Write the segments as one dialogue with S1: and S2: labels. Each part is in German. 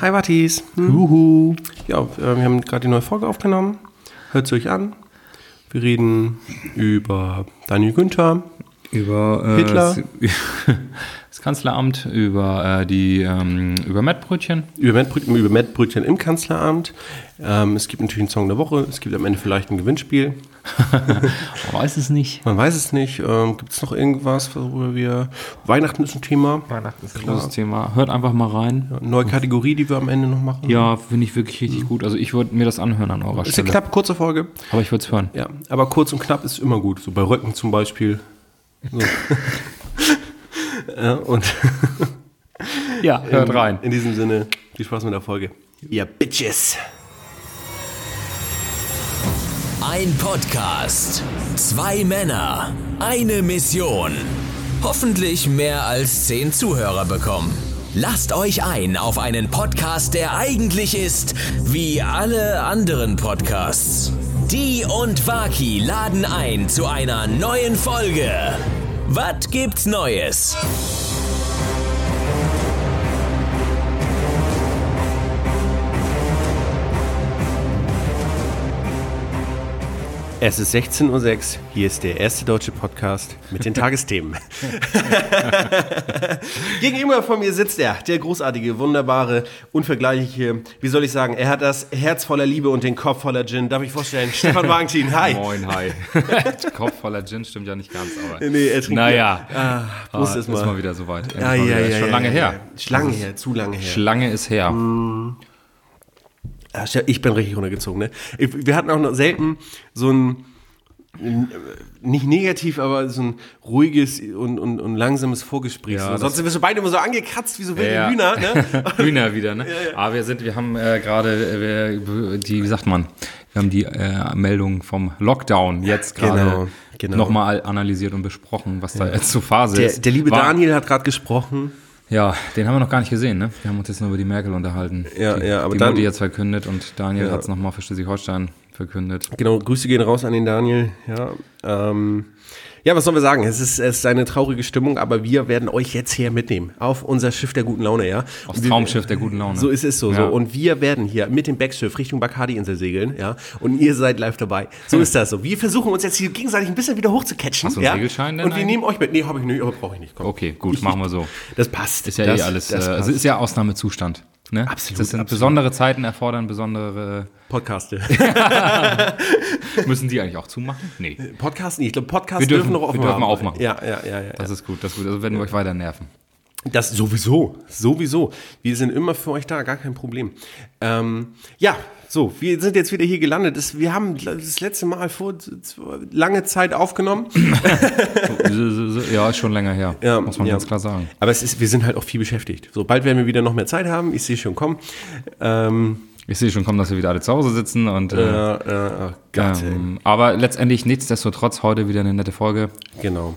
S1: Hi Wattis. Hm?
S2: Juhu.
S1: Ja, äh, wir haben gerade die neue Folge aufgenommen. Hört sie euch an. Wir reden über Daniel Günther.
S2: Über äh,
S1: Hitler.
S2: Das, das Kanzleramt, über äh, die ähm, über Mettbrötchen.
S1: Über Mettbrötchen, über Mettbrötchen im Kanzleramt. Ähm, es gibt natürlich einen Song der Woche. Es gibt am Ende vielleicht ein Gewinnspiel.
S2: Man weiß es nicht.
S1: Man weiß es nicht. Ähm, gibt es noch irgendwas, worüber wir. Weihnachten ist ein Thema.
S3: Weihnachten ist klar.
S2: Großes Thema. Hört einfach mal rein.
S1: Neue Kategorie, die wir am Ende noch machen.
S2: Ja, finde ich wirklich richtig gut. Also ich würde mir das anhören an eurer
S1: Ist ja
S2: Stelle.
S1: knapp, kurze Folge.
S2: Aber ich würde es hören.
S1: Ja, aber kurz und knapp ist immer gut. So bei Röcken zum Beispiel. So. ja, und
S2: Ja, hört rein.
S1: in diesem Sinne, viel Spaß mit der Folge. Ihr Bitches.
S4: Ein Podcast. Zwei Männer. Eine Mission. Hoffentlich mehr als zehn Zuhörer bekommen. Lasst euch ein auf einen Podcast, der eigentlich ist wie alle anderen Podcasts. Die und Waki laden ein zu einer neuen Folge. Was gibt's Neues?
S1: Es ist 16.06 Uhr. Hier ist der erste deutsche Podcast mit den Tagesthemen. Gegenüber von mir sitzt er, der großartige, wunderbare, unvergleichliche, wie soll ich sagen, er hat das Herz voller Liebe und den Kopf voller Gin. Darf ich vorstellen? Stefan Wagentin, hi.
S2: Moin, hi. Kopf voller Gin stimmt ja nicht ganz, aber.
S1: Nee, er trinkt
S2: naja. Ah,
S1: Ähm, Prost
S2: ist
S1: erstmal.
S2: mal wieder soweit.
S1: Ah,
S2: Endlich mal
S1: ja,
S2: wieder. Ist
S1: ja,
S2: schon
S1: ja,
S2: lange
S1: ja,
S2: her.
S1: Ja. Mhm. Ist Lange her, zu lange her.
S2: Schlange ist her.
S1: Ah, stimmt, Ich bin richtig runtergezogen, ne? Ich- Wir hatten auch noch selten so ein, n- nicht negativ, aber so ein ruhiges und, und, und langsames Vorgespräch.
S2: Ja,
S1: So,
S2: das-
S1: Sonst sind wir so beide immer so angekratzt wie so wilde
S2: Ja.
S1: Hühner, ne?
S2: Hühner wieder, ne? Aber wir sind, wir haben äh, gerade, äh, wir- die, wie sagt man, wir haben die äh, Meldung vom Lockdown jetzt gerade
S1: Genau, genau.
S2: nochmal analysiert und besprochen, was da jetzt zur Phase
S1: Der,
S2: ist.
S1: der liebe
S2: War-
S1: Daniel hat gerade gesprochen.
S2: Ja, den haben wir noch gar nicht gesehen, ne? Wir haben uns jetzt nur über die Merkel unterhalten.
S1: Ja,
S2: die,
S1: ja, aber
S2: die
S1: dann-
S2: Mutti jetzt verkündet und Daniel hat's hat es nochmal für Schleswig-Holstein verkündet.
S1: Genau, Grüße gehen raus an den Daniel. Ja, ähm, ja was sollen wir sagen? Es ist, es ist eine traurige Stimmung, aber wir werden euch jetzt hier mitnehmen. Auf unser Schiff der guten Laune, ja?
S2: Aufs Traumschiff der guten Laune.
S1: So ist es so,
S2: Ja.
S1: so. Und wir werden hier mit dem Backschiff Richtung Bacardi-Insel segeln, ja. Und ihr seid live dabei. So ist das so. Wir versuchen uns jetzt hier gegenseitig ein bisschen wieder hochzucatchen.
S2: Hm. Hast du einen
S1: ja?
S2: Segelschein denn
S1: Und wir
S2: eigentlich?
S1: nehmen euch mit. Nee, habe ich nicht, aber brauche ich nicht. Komm.
S2: Okay, gut, machen wir so.
S1: Das passt.
S2: Ist ja
S1: das,
S2: eh alles, äh,
S1: Das
S2: also
S1: passt.
S2: ist ja Ausnahmezustand. Ne?
S1: Absolut,
S2: Das sind
S1: absolut.
S2: besondere Zeiten erfordern besondere.
S1: Podcaste.
S2: Müssen die eigentlich auch zumachen? Nee.
S1: Podcast nicht. Ich glaube, Podcast
S2: Wir dürfen-
S1: noch offen
S2: wir dürfen
S1: haben.
S2: aufmachen.
S1: Ja, ja, ja, ja.
S2: Das ist gut, das ist gut. Also werden wir euch weiter nerven.
S1: Das sowieso, sowieso. Wir sind immer für euch da, gar kein Problem. Ähm, ja, so, wir sind jetzt wieder hier gelandet. Das, wir haben das letzte Mal vor z- lange Zeit aufgenommen.
S2: ja, ist schon länger her.
S1: Ja,
S2: muss man
S1: ja.
S2: ganz klar sagen.
S1: Aber es ist, wir sind halt auch viel beschäftigt. Sobald werden wir wieder noch mehr Zeit haben, ich sehe schon kommen. Ähm,
S2: Ich sehe schon kommen, dass wir wieder alle zu Hause sitzen und. Äh,
S1: äh, äh, oh Gott,
S2: ähm, aber letztendlich nichtsdestotrotz heute wieder eine nette Folge.
S1: ey. genau.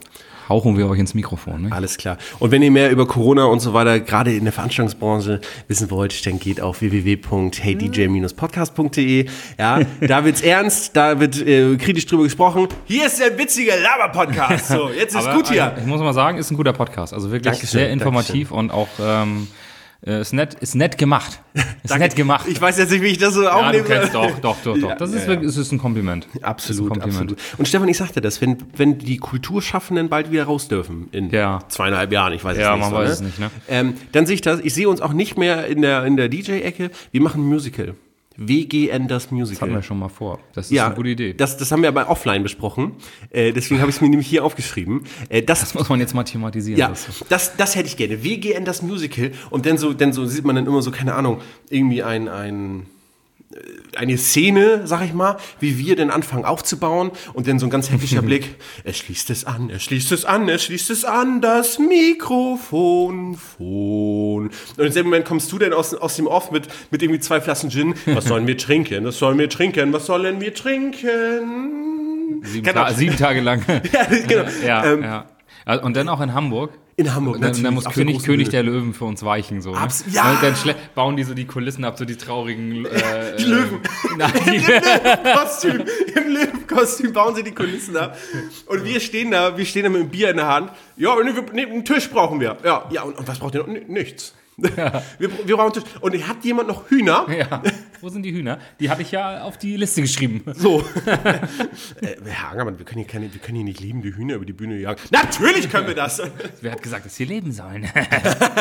S2: Hauchen wir euch ins Mikrofon. Ne?
S1: Alles klar. Und wenn ihr mehr über Corona und so weiter, gerade in der Veranstaltungsbranche, wissen wollt, dann geht auf www.heydj-podcast.de. E. Ja, da wird's ernst, da wird äh, kritisch drüber gesprochen. Hier ist der witzige Laber-Podcast. So, jetzt ist
S2: Aber,
S1: gut hier.
S2: äh, Ich muss mal sagen, ist ein guter Podcast. Also wirklich
S1: Dankeschön,
S2: sehr informativ und auch ähm, äh, ist, nett, ist nett gemacht. Ist nett gemacht.
S1: Ich weiß jetzt nicht, wie ich das so
S2: ja, du
S1: aufnehmen soll.
S2: kennst doch, doch, doch, doch. Das ist wirklich, es ist ein Kompliment.
S1: Absolut,
S2: Ist ein Kompliment.
S1: absolut. Und Stefan, ich sagte das, wenn, wenn die Kulturschaffenden bald wieder raus dürfen, in
S2: Ja.
S1: zweieinhalb Jahren, ich weiß
S2: Ja,
S1: es nicht.
S2: man
S1: so,
S2: weiß
S1: ne?
S2: es nicht, ne?
S1: Ähm, dann sehe ich das, ich sehe uns auch nicht mehr in der, in der DJ-Ecke, wir machen ein Musical. WGN das Musical.
S2: Hatten wir schon mal vor. Das ist
S1: ja,
S2: eine gute Idee.
S1: Das, das haben wir aber offline besprochen. Äh, deswegen habe ich es mir nämlich hier aufgeschrieben. Äh, das,
S2: das muss man jetzt mal thematisieren.
S1: ja,
S2: Das-
S1: das, das hätte ich gerne. WGN das Musical. Und dann so, dann so sieht man dann immer so, keine Ahnung, irgendwie ein, ein, äh, eine Szene, sag ich mal, wie wir dann anfangen aufzubauen. Und dann so ein ganz heftiger Blick. Er schließt es an, er schließt es an, er schließt es an, das Mikrofon. Phon. Und in dem Moment kommst du dann aus, aus dem Off mit, mit irgendwie zwei Flaschen Gin. Was sollen wir trinken? Was sollen wir trinken? Was sollen wir trinken?
S2: Sieben,
S1: Genau.
S2: Ta sieben Tage lang.
S1: Ja, genau.
S2: ja,
S1: Ähm,
S2: ja. Also, Und dann auch in Hamburg.
S1: In Hamburg,
S2: Und dann,
S1: natürlich,
S2: dann muss
S1: auf der
S2: König,
S1: großen
S2: König
S1: Bühne.
S2: der Löwen für uns weichen. So, ne?
S1: Abs- ja!
S2: Und Dann schle- bauen die so die Kulissen ab, so die traurigen. Äh, die
S1: Löwen.
S2: Nein, die,
S1: Kostüm, im Löwenkostüm bauen sie die Kulissen ab. Und wir stehen da, wir stehen da mit einem Bier in der Hand. Ja, und wir- nee, einen Tisch brauchen wir. Ja, ja und, und was braucht ihr noch? N- Nichts. wir, wir brauchen einen Tisch. Und hat jemand noch Hühner?
S2: Ja. Wo sind die Hühner? Die hatte ich ja auf die Liste geschrieben.
S1: So. äh, Herr Angermann, wir können, hier keine, wir können hier nicht lebende Hühner über die Bühne jagen. Natürlich können wir das!
S2: Wer hat gesagt, dass sie leben sollen?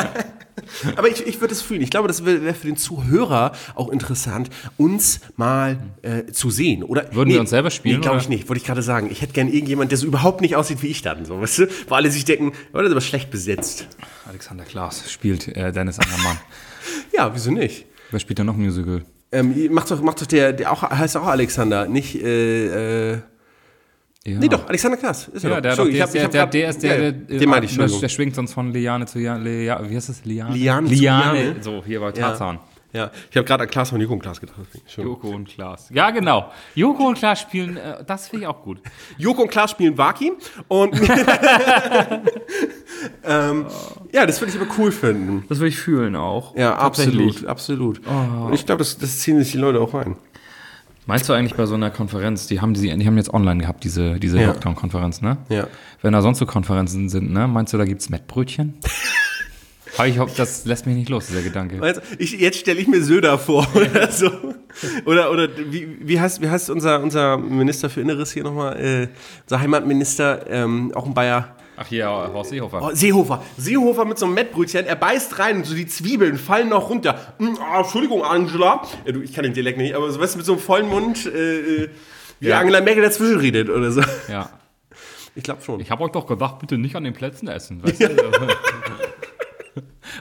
S1: Aber ich, ich würde es fühlen. Ich glaube, das wäre wär für den Zuhörer auch interessant, uns mal äh, zu sehen. Oder,
S2: Würden wir uns selber spielen,
S1: Nee, glaube ich
S2: oder?
S1: nicht. Wollte ich gerade sagen. Ich hätte gern irgendjemand, der so überhaupt nicht aussieht wie ich dann. So, weißt du? Weil alle sich denken, oh, das ist aber schlecht besetzt.
S2: Alexander Klaas spielt äh, Dennis Angermann.
S1: Ja, wieso nicht?
S2: Wer spielt da noch ein Musical?
S1: Ähm, macht doch, macht doch der, der auch, heißt auch Alexander, nicht, äh, äh,
S2: Ja.
S1: nee doch, Alexander Klaas. Ist er
S2: Genau. Ja, der, hat doch,
S1: Entschuldigung, ich
S2: der,
S1: hab- ich
S2: ist- der,
S1: hab
S2: der,
S1: grad-
S2: der ist der,
S1: ja, ja,
S2: der,
S1: den meine ich,
S2: der,
S1: Entschuldigung.
S2: der schwingt sonst von Liane zu Liane, Liane wie heißt das? Liane?
S1: Liane zu Liane.
S2: So, hier war
S1: Ja.
S2: Tarzan.
S1: Ja, ich habe gerade an Klaas von Joko und Klaas gedacht. deswegen, Entschuldigung.
S2: Joko und Klaas. Ja, genau. Joko und Klaas spielen, äh, das finde ich auch gut.
S1: Joko und Klaas spielen Waki und ähm, ja, das würde ich aber cool finden.
S2: Das würde ich fühlen auch.
S1: Ja,
S2: Tatsächlich.
S1: absolut, absolut. Und ich glaube, das, das ziehen sich die Leute auch rein.
S2: Meinst du eigentlich bei so einer Konferenz, die haben, die, die haben jetzt online gehabt, diese, diese
S1: Ja.
S2: Lockdown-Konferenz, ne?
S1: Ja.
S2: Wenn da sonst so Konferenzen sind, ne? Meinst du, da gibt es Mettbrötchen? Aber ich hoffe, das lässt mich nicht los, dieser Gedanke.
S1: Jetzt, ich, jetzt stelle ich mir Söder vor oder so. Oder, oder wie, wie, heißt, wie heißt unser, unser Minister für Inneres hier nochmal? Äh, unser Heimatminister, ähm, auch ein Bayer.
S2: Ach hier, Horst Seehofer.
S1: Oh, Seehofer. Seehofer mit so einem Mettbrötchen. Er beißt rein und so die Zwiebeln fallen noch runter. Mm, ah, Entschuldigung, Angela. Ja, du, ich kann den Dialekt nicht, aber so, weißt, du, mit so einem vollen Mund, äh, äh, wie
S2: Ja.
S1: Angela Merkel dazwischen redet oder so.
S2: Ja.
S1: Ich glaube schon.
S2: Ich habe euch doch gedacht, bitte nicht an den Plätzen essen. Weißt du?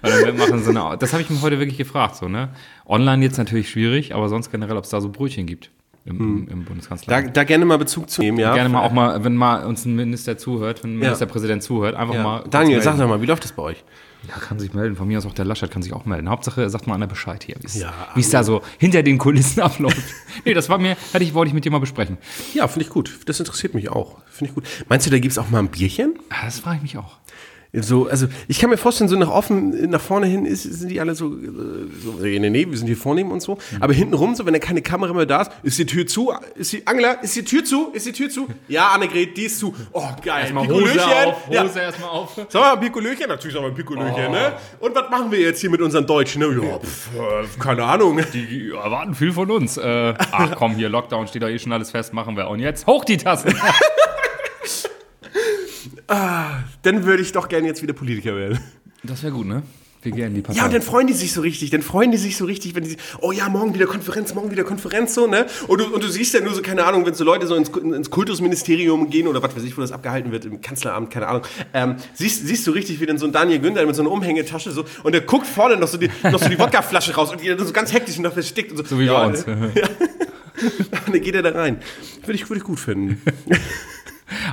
S2: Also wir machen so eine, das habe ich mich heute wirklich gefragt. So, ne? Online jetzt natürlich schwierig, aber sonst generell, ob es da so Brötchen gibt im, im, im
S1: Da,
S2: Bundeskanzleramt.
S1: da gerne mal Bezug zu nehmen, ja.
S2: Gerne mal auch mal, wenn mal uns ein Minister zuhört, wenn ein
S1: Ja.
S2: Ministerpräsident zuhört, einfach mal.
S1: Ja.
S2: kurz
S1: Daniel,
S2: melden.
S1: sag doch mal, wie läuft das bei euch?
S2: Ja, kann sich melden. Von mir aus auch der Laschet kann sich auch melden. Hauptsache, sagt mal einer Bescheid hier, wie
S1: Ja, also-
S2: es da so hinter den Kulissen abläuft. nee, das war mir, hatte ich, wollte ich mit dir mal besprechen.
S1: Ja, finde ich gut. Das interessiert mich auch. Finde ich gut. Meinst du, da gibt es auch mal ein Bierchen?
S2: Ah, Das frage ich mich auch.
S1: So, also ich kann mir vorstellen, so nach offen, nach vorne hin ist, sind die alle so, äh, so nee, nee, nee, wir sind hier vornehm und so.
S2: Mhm.
S1: Aber hintenrum, so wenn da keine Kamera mehr da ist, ist die Tür zu, ist die, Angela, ist die Tür zu, ist die Tür zu? Ja, Annegret, die ist zu. Oh, geil.
S2: Erstmal Hose
S1: Pikolöchen.
S2: auf, Hose
S1: Ja.
S2: erstmal auf. Oh.
S1: Sag mal, ein Pikolöchen? Natürlich sagen wir ein Pikolöchen, ne? Und was machen wir jetzt hier mit unseren Deutschen? Ne? Ja, pf, äh, keine Ahnung.
S2: Die erwarten viel von uns. Äh, ach komm, hier Lockdown steht doch eh schon alles fest, machen wir. Und jetzt hoch die Tasse.
S1: Dann würde ich doch gerne jetzt wieder Politiker werden.
S2: Das wäre gut, ne? Wir gehen in die Partei.
S1: Ja, und dann freuen die sich so richtig. Dann freuen die sich so richtig, wenn die, oh ja, morgen wieder Konferenz, morgen wieder Konferenz, so, ne? Und du, und du siehst ja nur so, keine Ahnung, wenn so Leute so ins, ins Kultusministerium gehen oder was weiß ich, wo das abgehalten wird, im Kanzleramt, keine Ahnung. Ähm, siehst, siehst du richtig, wie dann so ein Daniel Günther mit so einer Umhängetasche so, und der guckt vorne noch so die, noch so die Wodkaflasche raus und die dann so ganz hektisch und noch verstickt und so.
S2: so wie
S1: ja,
S2: bei uns.
S1: ne? Und dann geht er da rein. Würde ich, würde ich gut finden.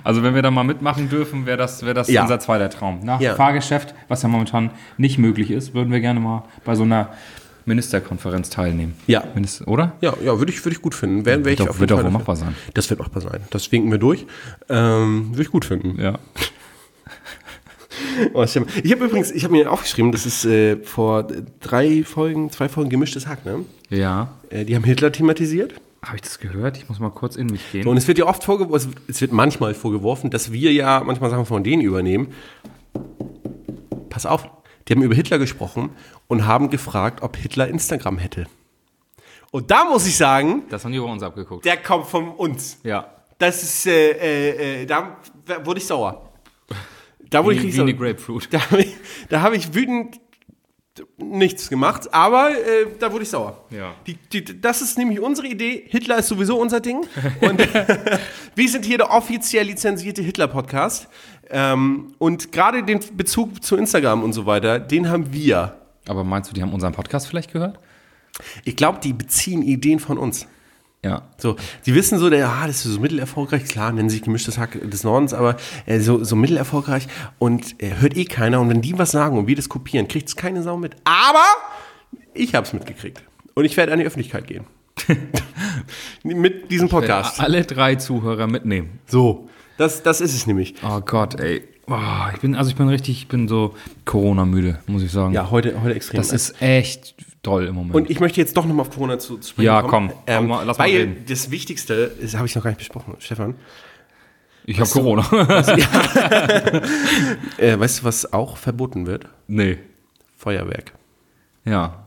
S2: Also wenn wir da mal mitmachen dürfen, wäre das, wär das
S1: Ja.
S2: unser zweiter Traum. Nach
S1: Ja.
S2: Fahrgeschäft, was ja momentan nicht möglich ist, würden wir gerne mal bei so einer Ministerkonferenz teilnehmen.
S1: Ja.
S2: Minister, oder?
S1: Ja, ja, würde ich, würde ich gut finden. Werden wir
S2: Wird doch- wird doch wohl machbar sein.
S1: Das wird machbar sein. Das winken wir durch. Ähm, würde ich gut finden.
S2: Ja.
S1: Oh, stimmt. Ich habe übrigens, ich habe mir aufgeschrieben, das ist äh, vor drei Folgen, zwei Folgen gemischtes Hack, ne?
S2: Ja.
S1: Äh, die haben Hitler thematisiert.
S2: Habe ich das gehört? Ich muss mal kurz in mich gehen.
S1: Und es wird ja oft vorgeworfen, es wird manchmal vorgeworfen, dass wir ja manchmal Sachen von denen übernehmen. Pass auf, die haben über Hitler gesprochen und haben gefragt, ob Hitler Instagram hätte. Und da muss ich sagen,
S2: Das haben die über uns abgeguckt.
S1: der kommt von uns.
S2: ja.
S1: Das ist, äh, äh, äh, da wurde ich sauer. Da wurde ich
S2: Wie,
S1: richtig
S2: wie
S1: sauer.
S2: eine Grapefruit.
S1: Da habe ich, da hab ich wütend nichts gemacht, aber äh, da wurde ich sauer.
S2: Ja.
S1: Die, die, das ist nämlich unsere Idee. Hitler ist sowieso unser Ding. Und wir sind hier der offiziell lizenzierte Hitler-Podcast. Ähm, und gerade den Bezug zu Instagram und so weiter, den haben wir.
S2: Aber meinst du, die haben unseren Podcast vielleicht gehört?
S1: Ich glaube, die beziehen Ideen von uns.
S2: Ja.
S1: So, die wissen so, der, ah, das ist so mittelerfolgreich, klar, nennen sich gemischtes Hack des Nordens, aber äh, so, so mittelerfolgreich und äh, hört eh keiner. Und wenn die was sagen und wir das kopieren, kriegt es keine Sau mit. Aber ich hab's mitgekriegt. Und ich werde an die Öffentlichkeit gehen. Mit diesem Podcast.
S2: Alle drei Zuhörer mitnehmen.
S1: So, das, das ist es nämlich.
S2: Oh Gott, ey. Oh, ich bin, also ich bin richtig, ich bin so Corona-müde, muss ich sagen.
S1: Ja, heute, heute extrem.
S2: Das ist echt doll im Moment.
S1: und ich möchte jetzt doch nochmal auf Corona zu, zu sprechen
S2: Ja,
S1: kommen.
S2: komm,
S1: ähm,
S2: komm mal, lass mal
S1: weil
S2: reden.
S1: das Wichtigste, das habe ich noch gar nicht besprochen, Stefan.
S2: ich habe Corona.
S1: Äh, weißt du, was auch verboten wird?
S2: nee.
S1: Feuerwerk.
S2: Ja.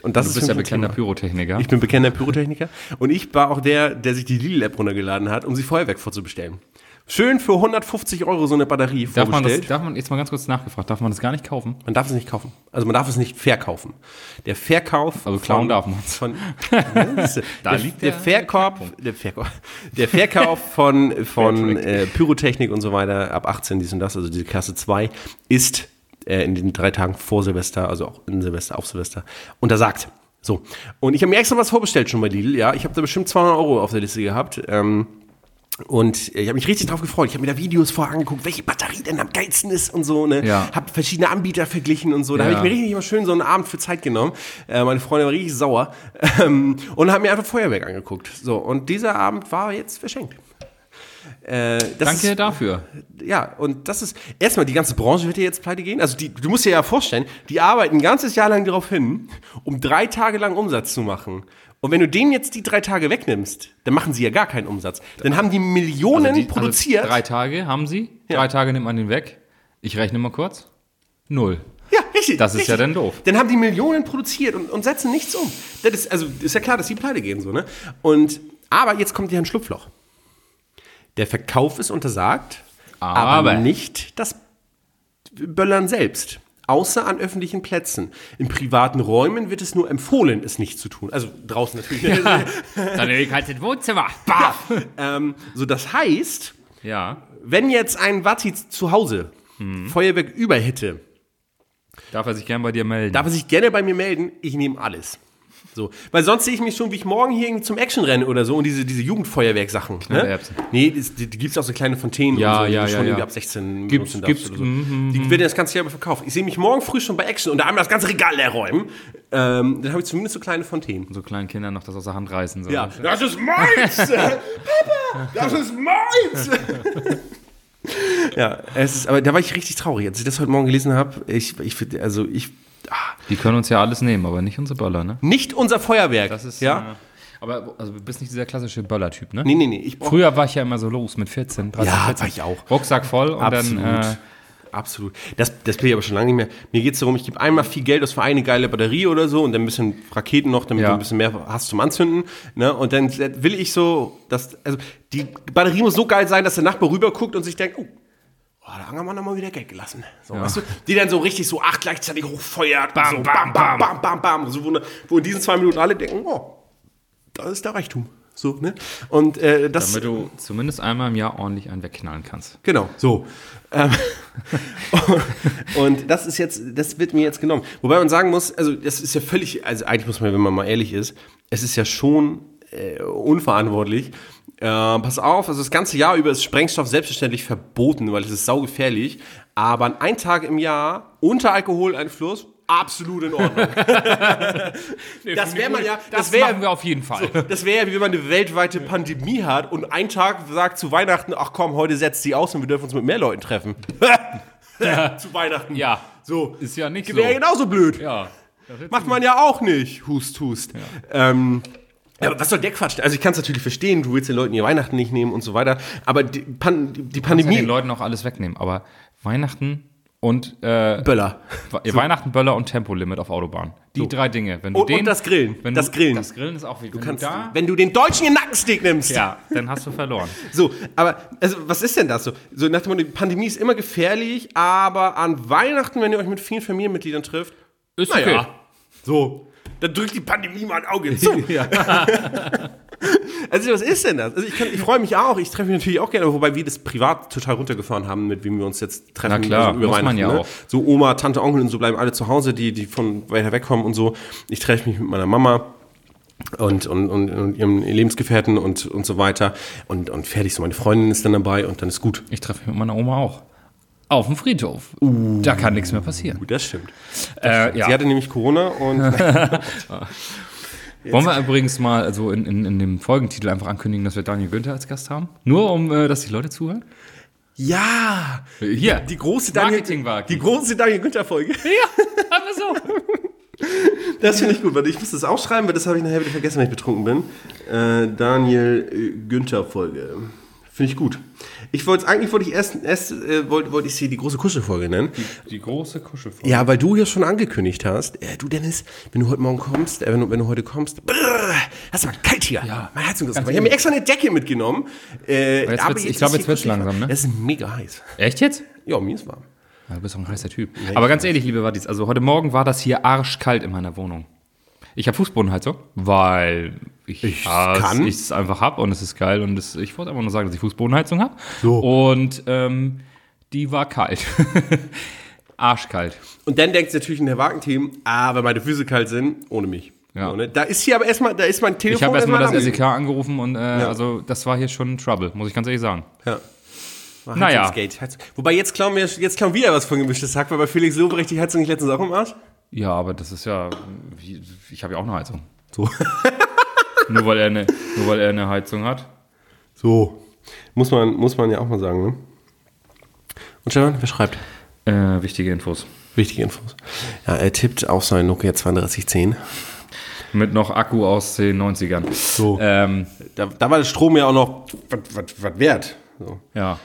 S1: Und das
S2: du
S1: ist
S2: bist
S1: für
S2: ja
S1: mich ein
S2: bekannter
S1: Thema.
S2: Pyrotechniker.
S1: Ich bin bekennender Pyrotechniker und ich war auch der, der sich die Lidl-App runtergeladen hat, um sie Feuerwerk vorzubestellen. Schön für 150 Euro so eine Batterie
S2: darf, man das,
S1: vorbestellt.
S2: darf man jetzt mal ganz kurz nachgefragt, darf man das gar nicht kaufen?
S1: man darf es nicht kaufen. Also man darf es nicht verkaufen. Der Verkauf.
S2: Also
S1: von-
S2: klauen darf man's.
S1: Von, Ja, siehste,
S2: Da
S1: der,
S2: liegt
S1: der,
S2: der-
S1: Verkauf, der Verkauf. Der Verkauf von, von äh, Pyrotechnik und so weiter ab 18, dies und das, also diese Klasse 2, ist äh, in den drei Tagen vor Silvester, also auch in Silvester, auf Silvester, untersagt. So. Und ich habe mir extra was vorbestellt schon bei Lidl, ja. Ich habe da bestimmt 200 Euro auf der Liste gehabt. Ähm, und ich habe mich richtig drauf gefreut. Ich habe mir da Videos vorher angeguckt, welche Batterie denn am geilsten ist und so. Ne?
S2: Ja.
S1: Habe verschiedene Anbieter verglichen und so. Da
S2: Ja.
S1: habe ich mir richtig mal schön so einen Abend für Zeit genommen. Äh, meine Freundin war richtig sauer ähm, und haben mir einfach Feuerwerk angeguckt. So, und dieser Abend war jetzt verschenkt. Äh, das
S2: Danke dafür.
S1: Ist, ja, und das ist erstmal die ganze Branche wird dir jetzt pleite gehen. Also die, du musst dir ja vorstellen, die arbeiten ein ganzes Jahr lang darauf hin, um drei Tage lang Umsatz zu machen. Und wenn du denen jetzt die drei Tage wegnimmst, dann machen sie ja gar keinen Umsatz. Dann haben die Millionen
S2: Also die- also
S1: produziert.
S2: drei Tage haben sie.
S1: Ja.
S2: Drei Tage nimmt man den weg. Ich rechne mal kurz. Null.
S1: Ja, richtig.
S2: Das ist
S1: richtig.
S2: ja dann doof.
S1: Dann haben die Millionen produziert und, und setzen nichts um. Das ist, also ist ja klar, dass die pleite gehen so, ne? Und, aber jetzt kommt ja ein Schlupfloch. Der Verkauf ist untersagt, aber,
S2: Aber.
S1: nicht das Böllern selbst. Außer an öffentlichen Plätzen. In privaten Räumen wird es nur empfohlen, es nicht zu tun. Also draußen natürlich.
S2: Dann leg halt ins Wohnzimmer. Bah!
S1: ähm, so, das heißt,
S2: Ja.
S1: wenn jetzt ein Watti zu Hause
S2: Hm.
S1: Feuerwerk überhitte,
S2: Darf er sich gern bei dir melden?
S1: Darf er sich gerne bei mir melden? Ich nehme alles. So, weil sonst sehe ich mich schon, wie ich morgen hier irgendwie zum Action renne oder so und diese, diese Jugendfeuerwerk-Sachen. Ne?
S2: Knallerbsen.
S1: Nee, das, die, die gibt es auch so kleine Fontänen
S2: Ja,
S1: und so,
S2: ja,
S1: die du
S2: ja,
S1: schon
S2: ja.
S1: irgendwie ab 16
S2: Gibt's-
S1: benutzen
S2: gibt's, mhm,
S1: darfst oder so. Die werden das ganze Jahr über verkauft. Ich sehe mich morgen früh schon bei Action und da einmal das ganze Regal leer räumen. Ähm, dann habe ich zumindest so kleine Fontänen.
S2: so kleinen Kindern noch das aus der Hand reißen. So.
S1: Ja, das ist meins! Papa, das ist meins! ja, es ist, aber da war ich richtig traurig, als ich das heute Morgen gelesen habe. Ich, ich, also ich, ah,
S2: Die können uns ja alles nehmen, aber nicht unsere Böller, ne?
S1: nicht unser Feuerwerk.
S2: Das ist
S1: ja.
S2: äh, aber wo- also du bist nicht dieser klassische Böller-Typ, ne?
S1: Nee, nee, nee, ich brauche
S2: Früher war ich ja immer so los mit 14, 13,
S1: Ja,
S2: 14.
S1: war ich auch.
S2: Rucksack voll und dann
S1: Absolut.
S2: äh,
S1: absolut. Das, das bin ich aber schon lange nicht mehr. Mir geht es darum, ich gebe einmal viel Geld aus für eine geile Batterie oder so und dann ein bisschen Raketen noch, damit
S2: Ja.
S1: du ein bisschen mehr hast zum Anzünden. Ne? Und dann will ich so, dass, also die Batterie muss so geil sein, dass der Nachbar rüberguckt und sich denkt, oh, oh da haben wir nochmal wieder Geld gelassen. So, weißt du? Die dann so richtig so acht gleichzeitig hochfeuert. Bam, so, bam, bam, bam, bam, bam. So, wo, ne- wo in diesen zwei Minuten alle denken, oh, das ist der Reichtum. So, ne? Und äh, das.
S2: damit du zumindest einmal im Jahr ordentlich einen wegknallen kannst.
S1: Genau, so. Ähm, und das ist jetzt, das wird mir jetzt genommen. Wobei man sagen muss, also das ist ja völlig, also eigentlich muss man, wenn man mal ehrlich ist, es ist ja schon äh, unverantwortlich. Äh, pass auf, also das ganze Jahr über ist Sprengstoff selbstverständlich verboten, weil es ist saugefährlich. Aber an einem Tag im Jahr unter Alkoholeinfluss absolut in Ordnung. das wäre man ja, das
S2: Das,
S1: wäre
S2: machen wir auf jeden Fall.
S1: das wäre ja, wie wenn man eine weltweite Pandemie hat und ein Tag sagt zu Weihnachten, ach komm, heute setzt sie aus und wir dürfen uns mit mehr Leuten treffen. zu Weihnachten.
S2: Ja.
S1: So. genau-
S2: Ist ja nicht so.
S1: Wäre genauso blöd.
S2: Ja.
S1: Macht man ja auch nicht. Hust, hust. Ähm, ja, aber was soll der Quatsch? Also ich kann es natürlich verstehen, du willst den Leuten ihr Weihnachten nicht nehmen und so weiter, aber die, Pan die, die
S2: Ja, den
S1: Pandemie...
S2: Leuten auch alles wegnehmen, aber Weihnachten und äh,
S1: Böller.
S2: We- Weihnachten, Böller und Tempolimit auf Autobahn. Die drei Dinge. Wenn du
S1: Und- und
S2: den,
S1: das Grillen.
S2: Wenn
S1: Das
S2: du,
S1: Grillen.
S2: Das Grillen ist auch wie. Du
S1: Kannst,
S2: du da,
S1: Wenn du den Deutschen den Nackensteak nimmst.
S2: ja, dann hast du verloren.
S1: So, aber also was ist denn das so? So nach dem Motto, die Pandemie ist immer gefährlich, aber an Weihnachten, wenn ihr euch mit vielen Familienmitgliedern trifft,
S2: Ist
S1: Na
S2: okay.
S1: ja. so, dann drückt die Pandemie mal ein Auge zu.
S2: Ja.
S1: Also was ist denn das? Also ich, kann- ich freue mich auch, ich treffe mich natürlich auch gerne, wobei wir das privat total runtergefahren haben, mit wem wir uns jetzt treffen.
S2: Na klar,
S1: also
S2: muss man ja
S1: ne?
S2: auch.
S1: So Oma, Tante, Onkel und so bleiben alle zu Hause, die, die von weiter wegkommen und so. Ich treffe mich mit meiner Mama. Und, und, und, und ihrem Lebensgefährten und, und so weiter. Und, und fertig, so meine Freundin ist dann dabei und dann ist gut.
S2: Ich treffe mich mit meiner Oma auch. Auf dem Friedhof. Da kann nichts mehr passieren.
S1: Uh. Gut, das stimmt.
S2: Äh, ja.
S1: Sie hatte nämlich Corona und
S2: Wollen wir übrigens mal also in, in, in dem Folgentitel einfach ankündigen, dass wir Daniel Günther als Gast haben? Nur um, äh, dass die Leute zuhören?
S1: ja,
S2: Hier.
S1: die große Daniel,
S2: Marketing war.
S1: die große Daniel Günther Folge.
S2: Einfach so.
S1: Das finde ich gut, weil ich muss das aufschreiben, weil das habe ich nachher wieder vergessen, wenn ich betrunken bin. Äh, Daniel äh, Günther Folge. Finde ich gut. Ich wollte eigentlich wollte ich erst, erst äh, wollte wollt ich sie die große Kuschelfolge nennen.
S2: Die große Kuschelfolge.
S1: Ja, weil du hier schon angekündigt hast, äh, du Dennis, wenn du heute Morgen kommst, äh, wenn, du, wenn du heute kommst, brrr, hast du mal kalt hier.
S2: Ja.
S1: mein Heizung ist
S2: Ganz
S1: Ich habe mir extra eine Decke mitgenommen. Äh,
S2: jetzt wird's- ich
S1: ist
S2: glaube,
S1: hier
S2: jetzt wird's
S1: kuschelig warm.
S2: langsam, ne?
S1: Es ist mega heiß.
S2: Echt jetzt?
S1: Ja, mir ist warm.
S2: Ja, du bist doch ein heißer Typ. Aber ganz ehrlich, liebe Wattis, also heute Morgen war das hier arschkalt in meiner Wohnung. Ich habe Fußbodenheizung, weil ich,
S1: Ich
S2: ja,
S1: kann.
S2: ich es einfach habe und es ist geil. Und es, ich wollte einfach nur sagen, dass ich Fußbodenheizung habe.
S1: So.
S2: Und ähm, die war kalt. arschkalt.
S1: Und dann denkt natürlich in der Wagenteam, ah, wenn meine Füße kalt sind, ohne mich.
S2: Ja.
S1: So, ne? Da ist hier aber erstmal, da ist mein Telefon.
S2: Ich habe erstmal das
S1: erstmal
S2: SEK angerufen und äh, also das war hier schon Trouble, muss ich ganz ehrlich sagen.
S1: Ja. War
S2: Naja.
S1: Heizungsgate. Heizung. Wobei jetzt klauen wir jetzt klauen wir ja was von gemischtes Hack, weil bei Felix Lobrecht die Heizung nicht letztens auch im Arsch.
S2: Ja, aber das ist ja, wie- ich habe ja auch eine Heizung. So. nur, weil er eine, nur weil er eine Heizung hat.
S1: So. Muss man, muss man ja auch mal sagen, ne? Und Stefan, wer schreibt?
S2: Äh, wichtige Infos.
S1: Wichtige Infos. Ja, er tippt auf sein Nokia 3210.
S2: Mit noch Akku aus den 90ern.
S1: So.
S2: Ähm,
S1: Da, da war der Strom ja auch noch was- was was wert. So.
S2: ja.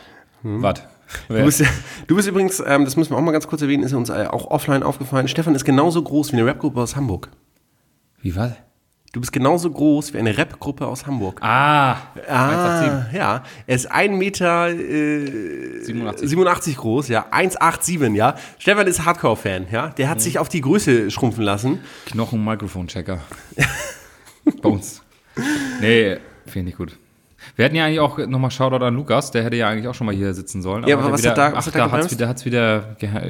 S2: Was?
S1: Hm. Du, bist, du bist übrigens, ähm, das müssen wir auch mal ganz kurz erwähnen, ist uns äh, auch offline aufgefallen. Stefan ist genauso groß wie eine Rapgruppe aus Hamburg.
S2: Wie was?
S1: Du bist genauso groß wie eine Rapgruppe aus Hamburg.
S2: Ah,
S1: Ah, ja. Er ist 1,87 Meter äh,
S2: 87.
S1: 87 groß, ja. 1,87, ja. Stefan ist Hardcore-Fan, ja. Der
S2: Mhm.
S1: hat sich auf die Größe schrumpfen lassen.
S2: Knochen-Mikrofonchecker. Bei uns. Nee, finde ich nicht gut. Wir hätten ja eigentlich auch nochmal Shoutout an Lukas, der hätte ja eigentlich auch schon mal hier sitzen sollen.
S1: Ja,
S2: der
S1: aber was
S2: wieder,
S1: hat da- was
S2: ach,
S1: hat da
S2: da hat's
S1: gebremst?
S2: wieder, hat's wieder geha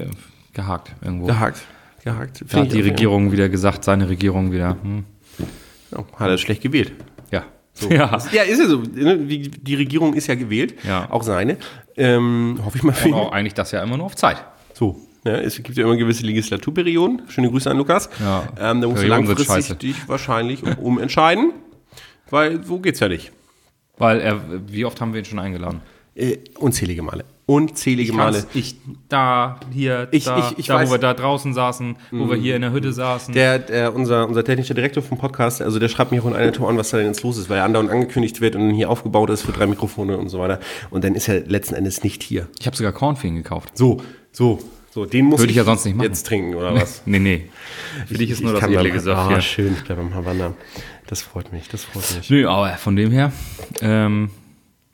S2: gehakt irgendwo.
S1: Gehakt. Gehakt.
S2: Da hat die Regierung wieder gesagt, seine Regierung wieder. Hm.
S1: Ja, Oh, hat er schlecht gewählt.
S2: Ja. Ja.
S1: Ja, ist ja so. ne? Wie- Die Regierung ist ja gewählt.
S2: Ja.
S1: Auch seine. Ähm, hoffe ich mal für
S2: Und
S1: ihn.
S2: auch eigentlich das ja immer nur auf Zeit.
S1: So. Ne? Es gibt ja immer gewisse Legislaturperioden. Schöne Grüße an Lukas.
S2: Ja.
S1: Ähm, da musst du
S2: Perioden sind
S1: langfristig
S2: scheiße.
S1: dich wahrscheinlich um, umentscheiden. Weil so geht's ja nicht.
S2: Weil er, wie oft haben wir ihn schon eingeladen?
S1: Äh, unzählige Male. Unzählige Male.
S2: Hans, Ich da, hier,
S1: Ich-
S2: da,
S1: ich- ich
S2: da
S1: weiß-
S2: wo wir da draußen saßen, wo wir hier in Mhm. der Hütte saßen.
S1: Der, der, unser, unser technischer Direktor vom Podcast, also der schreibt mir auch in einer Tour an, was da denn jetzt los ist, weil er andauernd angekündigt wird und hier aufgebaut ist für drei Mikrofone und so weiter. Und dann ist er letzten Endes nicht hier.
S2: ich habe sogar Cornfeen gekauft.
S1: So, so, so, den muss
S2: Würde ich ja sonst nicht machen.
S1: jetzt trinken oder was?
S2: Nee, nee. Für dich ist nur das
S1: kann
S2: edle
S1: beim-
S2: gesagt.
S1: Ah,
S2: hier.
S1: schön, ich bleib beim Havanna. Das freut mich, das freut mich.
S2: Nö, aber von dem her ähm,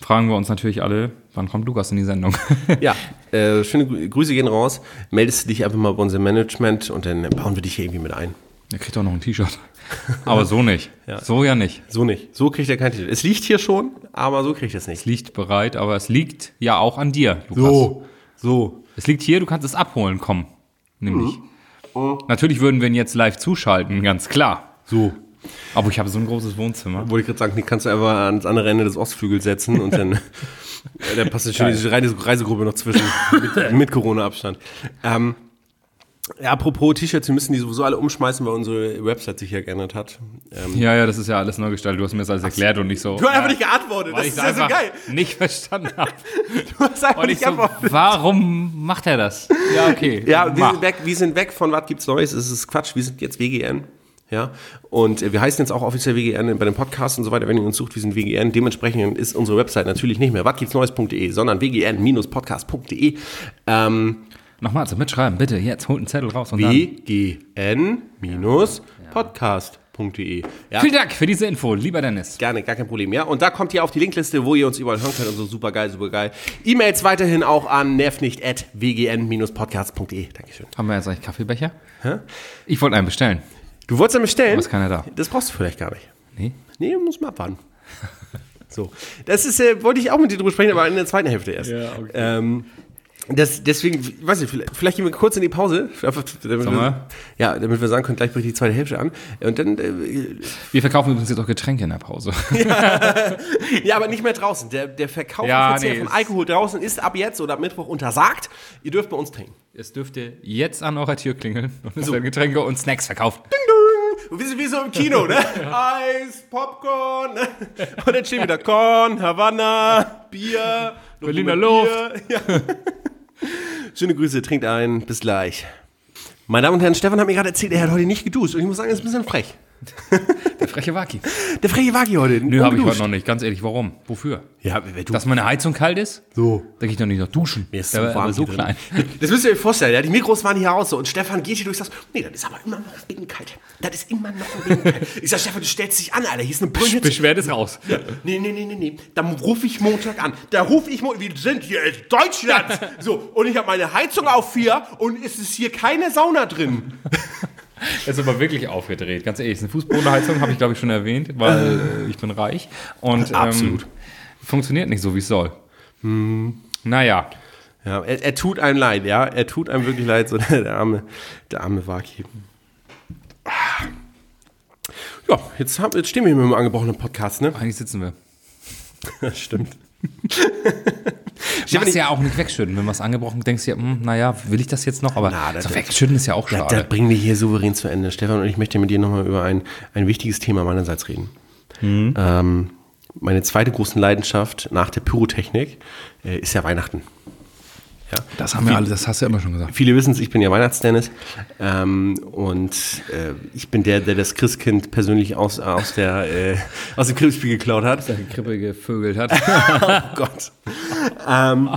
S2: fragen wir uns natürlich alle, wann kommt Lukas in die Sendung?
S1: Ja, äh, schöne Grü- Grüße gehen raus. Meldest du dich einfach mal bei unserem Management und dann bauen wir dich hier irgendwie mit ein.
S2: er kriegt auch noch ein T-Shirt. Aber so nicht. So ja nicht.
S1: So nicht. So kriegt er keinen Titel. Es liegt hier schon, aber so kriegt er es
S2: Es
S1: nicht.
S2: liegt bereit, aber es liegt ja auch an dir, Lukas.
S1: so.
S2: Es liegt hier, du kannst es abholen kommen. Nämlich. Mhm. Natürlich würden wir ihn jetzt live zuschalten, ganz klar.
S1: So.
S2: Aber ich habe so ein großes Wohnzimmer.
S1: Wollte ich gerade sagen, die kannst du einfach ans andere Ende des Ostflügels setzen und dann, äh, dann passt schon diese Reise- Reisegruppe noch zwischen mit, mit Corona-Abstand. Ähm, ja, apropos T-Shirts, wir müssen die sowieso alle umschmeißen, weil unsere Website sich ja geändert hat. Ähm,
S2: Ja, ja, das ist ja alles neu gestaltet. Du hast mir das alles erklärt und nicht so.
S1: du hast einfach nicht geantwortet, das
S2: weil ich
S1: ist
S2: da
S1: ja so
S2: einfach
S1: geil.
S2: nicht verstanden habe.
S1: Du hast einfach
S2: Und ich
S1: nicht
S2: so,
S1: geantwortet.
S2: warum macht er das? Ja, okay.
S1: Ja, wir
S2: mach.
S1: sind, weg, wir sind weg von Was gibt's Neues? Es ist Quatsch, wir sind jetzt WGN. Ja, und äh, wir heißen jetzt auch offiziell WGN bei dem Podcast und so weiter. Wenn ihr uns sucht, wir sind WGN. Dementsprechend ist unsere Website natürlich nicht mehr watgibtsneues.de, E, sondern wgn-podcast.de. E. Ähm,
S2: Nochmal zum Mitschreiben, bitte. Jetzt holt einen Zettel raus und dann.
S1: wgn-podcast.de. E. Ja,
S2: Vielen Dank für diese Info, lieber Dennis.
S1: gerne, gar kein Problem. Ja, und da kommt ihr auf die Linkliste, wo ihr uns überall hören könnt und so super geil, super geil. E-Mails weiterhin auch an nervnicht.wgn-podcast.de. E. Dankeschön.
S2: Haben wir jetzt eigentlich Kaffeebecher? Ich wollte einen bestellen.
S1: Du wolltest dann bestellen?
S2: Aber ist keiner da.
S1: Das brauchst du vielleicht gar nicht.
S2: Nee?
S1: Nee, muss man abwarten. So, das ist, äh, wollte ich auch mit dir drüber sprechen, aber in der zweiten Hälfte erst. Ja, okay. Ähm, das, deswegen, weiß ich, vielleicht, vielleicht gehen wir kurz in die Pause. Einfach, damit wir,
S2: mal.
S1: ja, damit wir sagen können, gleich bricht die zweite Hälfte an. Und dann, äh,
S2: Wir verkaufen übrigens jetzt auch Getränke in der Pause.
S1: ja, aber nicht mehr draußen. Der, der Verkauf und
S2: Ja,
S1: Verzehr
S2: nee,
S1: von
S2: es-
S1: Alkohol draußen ist ab jetzt oder ab Mittwoch untersagt. Ihr dürft bei uns trinken.
S2: Es dürfte jetzt an eurer Tür klingeln und es werden Getränke und Snacks verkauft.
S1: Und wir sind wie so im Kino, ne? Eis, Popcorn, ne? Und dann steht wieder Korn, Havanna, Bier, noch
S2: Berliner
S1: Bier. Ja. Schöne Grüße, trinkt ein, bis gleich. Meine Damen und Herren, Stefan hat mir gerade erzählt, er hat heute nicht geduscht und ich muss sagen, er ist ein bisschen frech.
S2: Der freche Waki.
S1: Der freche Wagi heute.
S2: Nö, habe ich heute
S1: ungeduscht.
S2: noch nicht. Ganz ehrlich, warum? Wofür?
S1: Ja, wer du?
S2: Dass meine Heizung kalt ist?
S1: so.
S2: Da gehe ich doch nicht noch duschen.
S1: Mir ist
S2: Der
S1: so
S2: war
S1: warm
S2: so
S1: hier
S2: klein.
S1: Drin. Das müsst ihr euch vorstellen. Ja, die Mikros waren hier raus so. Und Stefan geht hier durch und sagt, nee, das ist aber immer noch ein bisschen kalt. Das ist immer noch ein bisschen kalt. Ich sag, Stefan, du stellst dich an, Alter. Hier ist eine Brühe.
S2: Beschwert ist raus.
S1: Nee, nee, nee, nee, nee. Dann rufe ich Montag an. Da rufe ich Montag. Wir sind hier in Deutschland. So, und ich habe meine Heizung auf vier und es ist hier keine Sauna drin.
S2: Er ist aber wirklich aufgedreht. Ganz ehrlich, ist eine Fußbodenheizung, habe ich glaube ich schon erwähnt, weil äh, ich bin reich. Und,
S1: Absolut.
S2: Ähm, funktioniert nicht so, wie es soll. Hm. Naja,
S1: Ja, er, er tut einem leid, ja. Er tut einem wirklich leid, so der, der arme, der arme Waki. Ah. Ja, jetzt, hab, jetzt stehen wir hier mit einem angebrochenen Podcast, ne?
S2: eigentlich sitzen wir.
S1: Stimmt.
S2: Kannst ja auch nicht wegschütten. Wenn was angebrochen denkst, du ja, hm, naja, will ich das jetzt noch? Aber
S1: Na, das-
S2: so wegschütten ist ja auch
S1: Das, das
S2: schade.
S1: bringen wir hier souverän zu Ende. Stefan und ich möchte mit dir nochmal über ein, ein wichtiges Thema meinerseits reden. Ähm, meine zweite große Leidenschaft nach der Pyrotechnik äh, ist ja Weihnachten. Ja?
S2: Das haben wir alle, das hast du ja immer schon gesagt.
S1: Viele wissen es, ich bin ja Weihnachtsdennis ähm, und äh, ich bin der, der das Christkind persönlich aus, aus, der, äh, aus dem Krippspiel geklaut hat.
S2: Die Krippe gevögelt hat.
S1: Oh Gott. ähm,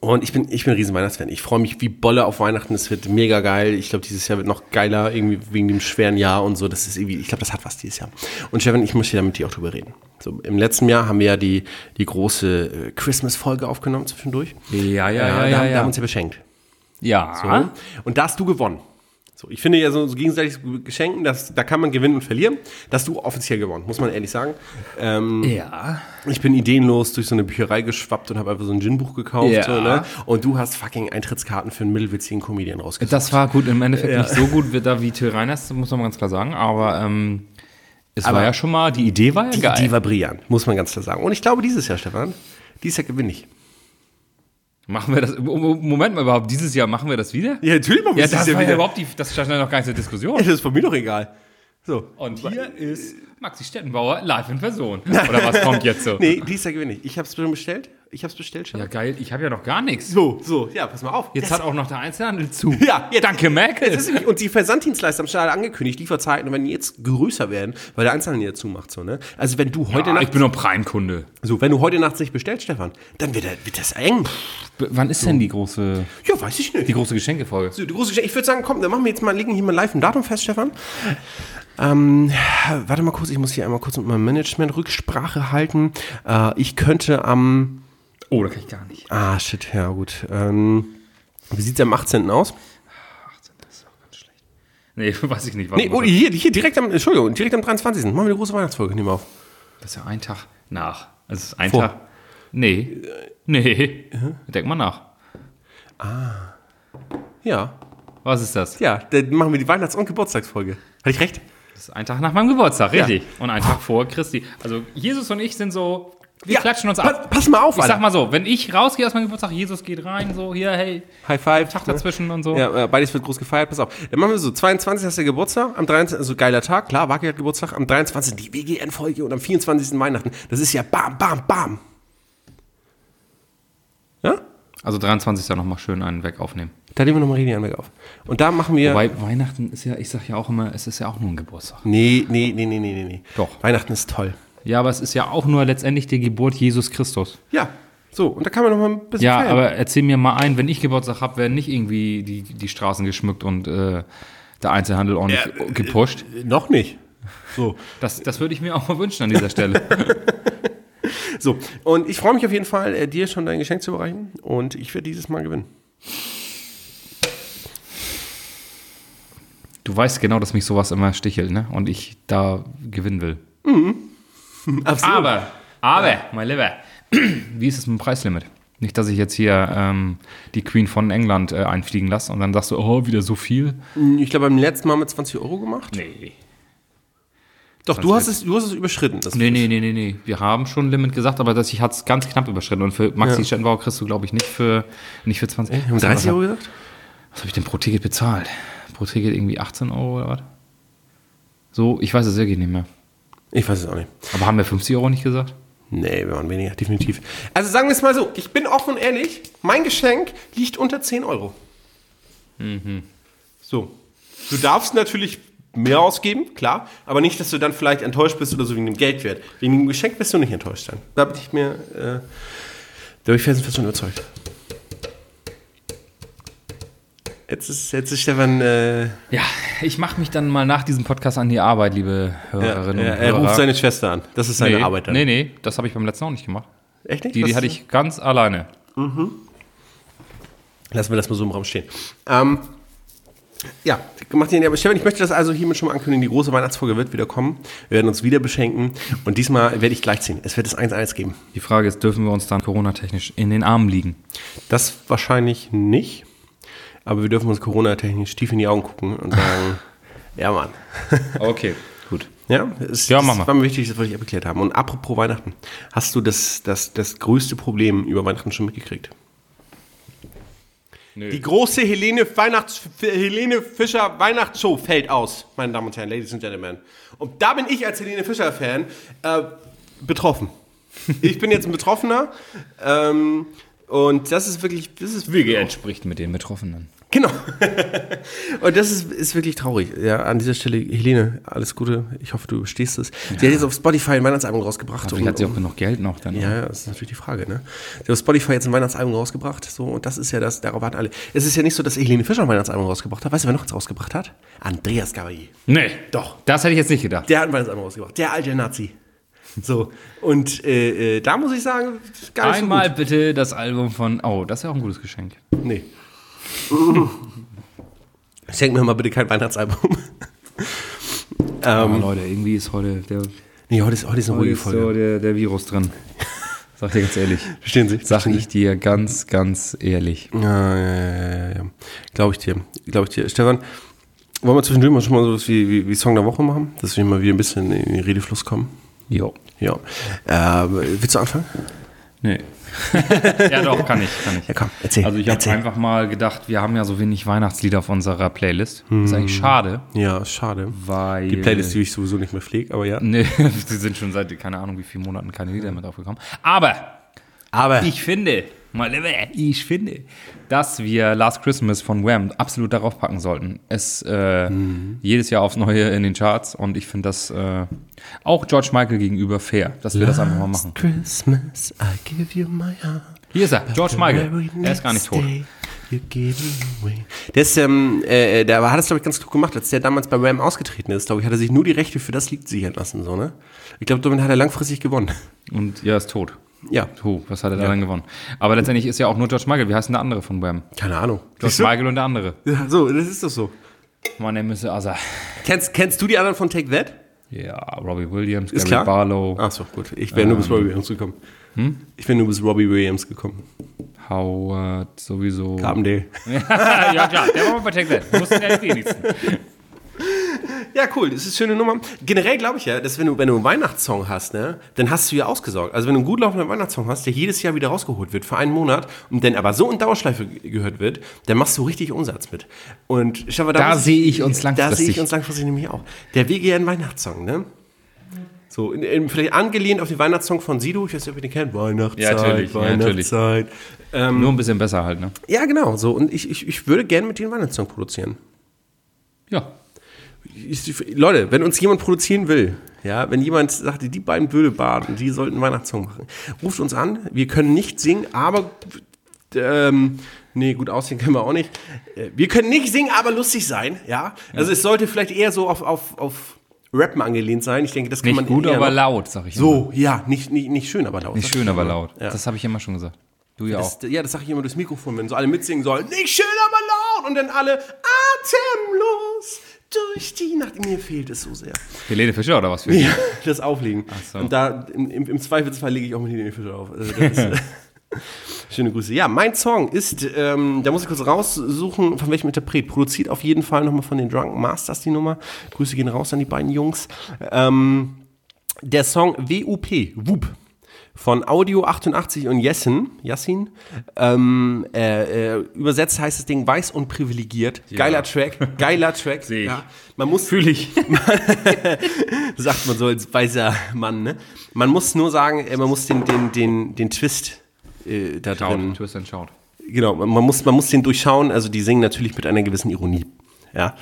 S1: und ich bin, ich bin ein riesen Weihnachtsfan. Ich freue mich wie Bolle auf Weihnachten. Es wird mega geil. Ich glaube, dieses Jahr wird noch geiler, irgendwie wegen dem schweren Jahr und so. Das ist irgendwie, ich glaube, das hat was dieses Jahr. Und Stefan, ich möchte da mit dir auch drüber reden. So, im letzten Jahr haben wir ja die, die große äh, Christmas-Folge aufgenommen zwischendurch.
S2: Ja, ja,
S1: Äh, da,
S2: ja, ja, Ah?
S1: haben, da haben
S2: ja.
S1: uns ja beschenkt.
S2: Ja,
S1: Und da hast du gewonnen. So, ich finde ja so, so gegenseitiges Geschenken, das, da kann man gewinnen und verlieren. Das hast du offiziell gewonnen, muss man ehrlich sagen.
S2: ja.
S1: Ich bin ideenlos durch so eine Bücherei geschwappt und habe einfach so ein Gin-Buch gekauft.
S2: Ja.
S1: So, ne? Und du hast fucking Eintrittskarten für einen mittelwitzigen Comedian rausgesucht.
S2: Das war gut, im Endeffekt nicht so gut wie da wie Till Reiners, muss man ganz klar sagen, aber ähm, es war ja schon mal, die Idee war ja
S1: Die
S2: geil.
S1: Idee war brillant, muss man ganz klar sagen. Und ich glaube, dieses Jahr, Stefan, dieses Jahr gewinne ich.
S2: Machen wir das, oh, Moment mal überhaupt, dieses Jahr machen wir das wieder?
S1: Ja, natürlich machen wir
S2: Ja,
S1: das
S2: das
S1: ja
S2: war ja
S1: wieder.
S2: überhaupt die, das stand ja noch gar nicht zur Diskussion.
S1: Das ist von mir doch egal. So.
S2: Und hier ist Maxi Stettenbauer live in Person. Oder was kommt jetzt so?
S1: Nee, dieses Jahr gewinne ich. Ich habe es bestellt. Ich habe es bestellt,
S2: Ja,
S1: Stefan.
S2: geil, ich habe ja noch gar nichts.
S1: So, so, ja, pass mal auf.
S2: Jetzt
S1: Das-
S2: hat auch noch der Einzelhandel zu.
S1: Ja, jetzt-
S2: danke, Mac.
S1: Das ist nämlich- und die Versanddienstleister haben schon alle angekündigt, Lieferzeiten werden jetzt größer werden, weil der Einzelhandel ja zumacht. So, ne? Also wenn du heute
S2: Ah, ich
S1: Nacht,
S2: bin noch Prime-Kunde.
S1: so, wenn du heute Nacht nicht bestellst, Stefan, dann wird, das- wird das eng.
S2: B- Wann ist denn die große,
S1: Ja, weiß ich nicht.
S2: die große Geschenkefolge?
S1: So, die große Geschichte. Ich würde sagen, komm, dann machen wir jetzt mal, legen hier mal live ein Datum fest, Stefan. Ähm, warte mal kurz, ich muss hier einmal kurz mit meinem Management Rücksprache halten. Äh, ich könnte am.
S2: Oh, da kann ich gar nicht.
S1: Ah, shit, ja, gut. Ähm, wie sieht's am 18. aus?
S2: 18, das ist auch ganz schlecht. Nee, weiß ich nicht. Warte
S1: Nee,
S2: mal.
S1: oh, hier, hier direkt am. Entschuldigung, direkt am 23. Machen wir eine große Weihnachtsfolge, nehmen wir auf.
S2: Das ist ja ein Tag nach. Also es ist ein
S1: Vor. Äh,
S2: Tag. Nee. Nee. Denk mal nach.
S1: Ja,
S2: Was ist das?
S1: ja, dann machen wir die Weihnachts- und Geburtstagsfolge. Hatte ich recht?
S2: Das ist ein Tag nach meinem Geburtstag, richtig. Und ein Tag vor Christi. Also Jesus und ich sind so, wir
S1: Ja,
S2: klatschen uns
S1: pa-
S2: ab.
S1: pass mal auf,
S2: Ich
S1: Alter.
S2: sag mal so, wenn ich rausgehe aus meinem Geburtstag, Jesus geht rein, so hier, hey,
S1: High Five.
S2: Tag dazwischen und so.
S1: Ja, äh, beides wird groß gefeiert, pass auf. Dann machen wir so, 22. hast du Geburtstag, am 23. also geiler Tag, klar, Waki hat Geburtstag, am 23. die WGN-Folge und am 24. Weihnachten. Das ist ja bam, bam, bam. Ja?
S2: Also 23. nochmal schön einen weg aufnehmen.
S1: Da nehmen wir nochmal richtig Anweg auf. Und da machen wir...
S2: Wobei Weihnachten ist ja, ich sag ja auch immer, es ist ja auch nur ein Geburtstag.
S1: nee, nee, nee, nee, nee, nee, nee.
S2: Doch.
S1: Weihnachten ist toll.
S2: Ja, aber es ist ja auch nur letztendlich die Geburt Jesus Christus.
S1: Ja, so, und da kann man nochmal ein bisschen
S2: Ja,
S1: feiern.
S2: aber erzähl mir mal ein, wenn ich Geburtstag habe, werden nicht irgendwie die, die Straßen geschmückt und äh, der Einzelhandel ordentlich
S1: Ja, äh,
S2: gepusht.
S1: Äh, Noch nicht. So.
S2: Das, das würde ich mir auch mal wünschen an dieser Stelle.
S1: so, und ich freue mich auf jeden Fall, äh, dir schon dein Geschenk zu überreichen und ich werde dieses Mal gewinnen.
S2: Du weißt genau, dass mich sowas immer stichelt, ne? Und ich da gewinnen will.
S1: Absolut.
S2: Aber, aber, mein Lieber, wie ist es mit dem Preislimit? Nicht, dass ich jetzt hier ähm, die Queen von England äh, einfliegen lasse und dann sagst du, oh, wieder so viel.
S1: Ich glaube, beim letzten Mal haben wir 20 Euro gemacht.
S2: Nee.
S1: Doch, du hast, es, du hast es überschritten. Das
S2: Nee, nee, nee, nee, nee. Wir haben schon ein Limit gesagt, aber das, ich hatte es ganz knapp überschritten. Und für Maxi Stettenbauer kriegst du, glaube ich, nicht für, nicht für 20
S1: Wir haben 30 Euro gesagt?
S2: Was habe ich denn pro Ticket bezahlt? Pro Ticket irgendwie 18 Euro oder was? So, ich weiß es wirklich nicht mehr.
S1: Ich weiß es auch nicht.
S2: Aber haben wir 50 Euro nicht gesagt?
S1: Nee, wir waren weniger, definitiv. Also sagen wir es mal so, ich bin offen und ehrlich, mein Geschenk Mhm. liegt unter 10 Euro. So. Du darfst natürlich mehr ausgeben, klar, aber nicht, dass du dann vielleicht enttäuscht bist oder so wegen dem Geldwert. Wegen dem Geschenk bist du nicht enttäuscht dann. Da bin ich mir, äh, da bin ich felsenfest von überzeugt. Jetzt ist, jetzt ist Stefan, äh,
S2: Ja, ich mache mich dann mal nach diesem Podcast an die Arbeit, liebe
S1: er,
S2: Hörerinnen und
S1: er
S2: Hörer.
S1: ruft seine Schwester an. Das ist seine
S2: nee,
S1: Arbeit dann.
S2: Nee, nee, das habe ich beim letzten auch nicht gemacht.
S1: Echt nicht?
S2: Die, die
S1: Was-
S2: hatte ich ganz alleine.
S1: Lassen wir das mal so im Raum stehen. Ähm, ja, macht ihr aber Stefan, ich möchte das also hiermit schon mal ankündigen. Die große Weihnachtsfolge wird wieder kommen. Wir werden uns wieder beschenken. Und diesmal werde ich gleich ziehen. Es wird es 1-1 geben.
S2: Die Frage ist, dürfen wir uns dann Corona-technisch in den Armen liegen?
S1: Das wahrscheinlich nicht. Aber wir dürfen uns Corona-technisch tief in die Augen gucken und sagen, ja, Mann.
S2: Okay, gut.
S1: Ja, es,
S2: Ja,
S1: das
S2: mach mal.
S1: war mir wichtig, das wollte ich abgeklärt haben. Und apropos Weihnachten, hast du das, das, das größte Problem über Weihnachten schon mitgekriegt? Die große Helene, Weihnachts F- Helene Fischer Weihnachtsshow fällt aus, meine Damen und Herren, Ladies and Gentlemen. Und da bin ich als Helene Fischer Fan äh, betroffen. Ich bin jetzt ein Betroffener ähm, und das ist wirklich, das ist
S2: WGN spricht mit den Betroffenen.
S1: Genau. Und das ist, ist wirklich traurig. Ja, an dieser Stelle, Helene, alles Gute. Ich hoffe, du überstehst es. Die hat jetzt auf Spotify ein Weihnachtsalbum rausgebracht.
S2: Vielleicht
S1: und-
S2: hat sie auch genug Geld noch dann.
S1: ja, ja, das ist natürlich die Frage, ne? Der hat Spotify jetzt ein Weihnachtsalbum rausgebracht, so, und das ist ja das, darauf warten alle. Es ist ja nicht so, dass Helene Fischer ein Weihnachtsalbum rausgebracht hat. Weißt du, wer noch eins rausgebracht hat? Andreas Gabay.
S2: Nee,
S1: Doch.
S2: Das hätte ich jetzt nicht gedacht.
S1: Der hat ein Weihnachtsalbum rausgebracht. Der alte Nazi. So, und äh, äh, da muss ich sagen, gar nicht
S2: Einmal bitte das Album von. Oh, das ist ja auch ein gutes Geschenk.
S1: so gut. Nee. Schenk mir mal bitte kein Weihnachtsalbum.
S2: Aber Leute, irgendwie ist Ähm, heute der,
S1: Nee, heute ist, heute ist eine
S2: heute
S1: ruhige
S2: ist so
S1: Folge.
S2: der, der Virus drin. Sag dir ganz ehrlich.
S1: Verstehen Sie?
S2: Sag ich dir ganz, ganz ehrlich.
S1: Ja, ja, ja, ja, ja. Glaube ich dir. Glaube ich dir. Stefan, wollen wir zwischendurch mal schon mal sowas wie, wie, wie Song der Woche machen? Dass wir mal wieder ein bisschen in den Redefluss kommen?
S2: Jo.
S1: Ja. Ähm, willst du anfangen?
S2: Nee. ja, doch, kann ich, kann ich.
S1: Ja, komm, erzähl.
S2: Also ich habe
S1: erzähl.
S2: einfach mal gedacht, wir haben ja so wenig Weihnachtslieder auf unserer Playlist. Ist eigentlich schade,
S1: Ja, schade.
S2: weil...
S1: Die Playlist, die ich sowieso nicht mehr pflege, aber ja.
S2: Nee, sie sind schon seit, keine Ahnung, wie vielen Monaten keine Lieder mehr draufgekommen. Aber
S1: Aber.
S2: ich finde, mal lieber, ich finde, dass wir Last Christmas von Wham absolut darauf packen sollten. Es äh, jedes Jahr aufs Neue in den Charts und ich finde das äh, auch George Michael gegenüber fair, dass wir das einfach mal machen.
S1: Christmas, I give you my heart.
S2: Hier ist er, George Michael.
S1: Very
S2: Er ist gar nicht
S1: next
S2: tot.
S1: day you give it away. Der ist, ähm, äh, der hat es, glaube ich, ganz klug gemacht, als der damals bei Ram ausgetreten ist, glaube ich, hat er sich nur die Rechte für das Lied sichern lassen, so, ne? Ich glaube, damit hat er langfristig gewonnen.
S2: Und ja, ist tot.
S1: Ja.
S2: Puh, was hat er da dann gewonnen? Aber letztendlich ist ja auch nur George Michael. Wie heißt denn der andere von Wham?
S1: Keine Ahnung.
S2: George Michael und der andere.
S1: Ja, so, das ist doch so.
S2: My name is Asa.
S1: Kennst, kennst du die anderen von Take That?
S2: Ja, Robbie Williams,
S1: Ist klar.
S2: Gary
S1: Ah.
S2: Barlow. Ähm, hm?
S1: Ach so, gut. Ich wäre nur bis Robbie Williams gekommen. Ich wäre nur bis Robbie Williams gekommen.
S2: Howard sowieso.
S1: Carpendale.
S2: ja, klar, der war mal bei Texas. Mussten ja die wenigsten.
S1: Ja, cool. Das ist eine schöne Nummer. Generell glaube ich ja, dass wenn du, wenn du einen Weihnachtssong hast, ne, dann hast du ja ausgesorgt. Also wenn du einen gut laufenden Weihnachtssong hast, der jedes Jahr wieder rausgeholt wird für einen Monat und dann aber so in Dauerschleife ge- gehört wird, dann machst du richtig Umsatz mit. Und Stefan,
S2: Da
S1: muss ich-
S2: sehe ich uns
S1: Da sehe
S2: langfristig.
S1: ich uns langfristig nämlich auch. Der WGN Weihnachtssong, ne? So, in, in, vielleicht angelehnt auf den Weihnachtssong von Sido, ich weiß nicht, ob ihr den kennt. Weihnachtszeit,
S2: Ja, natürlich, ja, natürlich.
S1: Weihnachtszeit.
S2: Nur ein bisschen besser halt, ne?
S1: Ja, genau, so. Und ich, ich, ich würde gerne mit denen einen Weihnachtssong produzieren.
S2: Ja.
S1: Ich, Leute, wenn uns jemand produzieren will, ja, wenn jemand sagt, die beiden Bödebaden, die sollten einen Weihnachtssong machen, ruft uns an. Wir können nicht singen, aber ähm, nee, gut aussehen können wir auch nicht. Äh, Wir können nicht singen, aber lustig sein, ja. Also es sollte vielleicht eher so auf, auf, auf Rappen angelehnt sein. Ich denke, das kann
S2: Nicht
S1: man
S2: gut,
S1: eher
S2: aber
S1: noch-
S2: laut, sag ich immer.
S1: So, ja, nicht, nicht, nicht schön, aber laut.
S2: Nicht
S1: Das
S2: schön,
S1: stimmt.
S2: aber laut.
S1: Ja.
S2: Das habe ich immer schon gesagt. Du ja
S1: Das,
S2: auch.
S1: ja, das sage ich immer durchs Mikrofon, wenn so alle mitsingen sollen. Nicht schön, aber laut. Und dann alle atemlos durch die Nacht. Mir fehlt es so sehr.
S2: Helene Fischer oder was für
S1: Ja, das Auflegen.
S2: so.
S1: Und da im, im, im Zweifelsfall lege ich auch mit Helene Fischer auf. Also das ist, äh, schöne Grüße. Ja, mein Song ist, ähm, da muss ich kurz raussuchen, von welchem Interpret. Produziert auf jeden Fall nochmal von den Drunken Masters die Nummer. Grüße gehen raus an die beiden Jungs. Ähm, der Song WUP, WUP. Von Audio 88 und Yesin, Yassin. Ähm, äh, äh, übersetzt heißt das Ding Weiß und privilegiert. Geiler Track, geiler Track.
S2: Seh ich.
S1: Man muss
S2: Fühle ich.
S1: sagt man so als weißer Mann, ne? Man muss nur sagen, äh, man muss den, den, den, den Twist äh, da
S2: Schaut,
S1: drin.
S2: Twist and Shout.
S1: Genau, man man muss, man muss den durchschauen. Also die singen natürlich mit einer gewissen Ironie. Ja,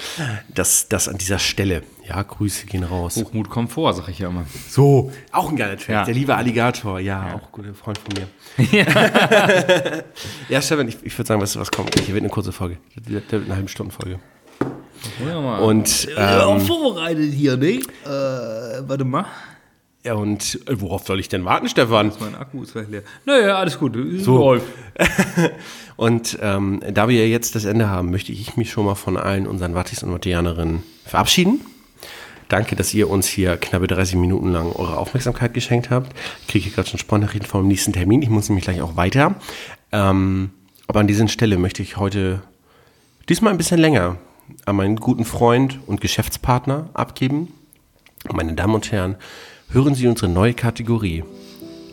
S1: das, das an dieser Stelle. Ja, Grüße gehen raus.
S2: Hochmut kommt vor, sag ich ja immer.
S1: So, auch ein geiler Track.
S2: Ja.
S1: Der liebe Alligator, ja, auch ein guter Freund von mir. Ja, Stefan, ich, ich würde sagen, weißt du was, komm, hier wird eine kurze Folge. Hier wird eine halbe Stunden Folge.
S2: Ja, mal.
S1: Und, ähm,
S2: vorbereitet hier, ne? Äh, warte mal.
S1: ja, und äh, worauf soll ich denn warten, Stefan?
S2: Mein Akku ist gleich leer. Naja, alles gut.
S1: So.
S2: läuft.
S1: Und ähm, da wir ja jetzt das Ende haben, möchte ich mich schon mal von allen unseren Wattis und Wattianerinnen verabschieden. Danke, dass ihr uns hier knappe 30 Minuten lang eure Aufmerksamkeit geschenkt habt. Ich kriege hier gerade schon Sportnachrichten vom nächsten Termin. Ich muss nämlich gleich auch weiter. Ähm, aber an dieser Stelle möchte ich heute diesmal ein bisschen länger an meinen guten Freund und Geschäftspartner abgeben. Meine Damen und Herren, hören Sie unsere neue Kategorie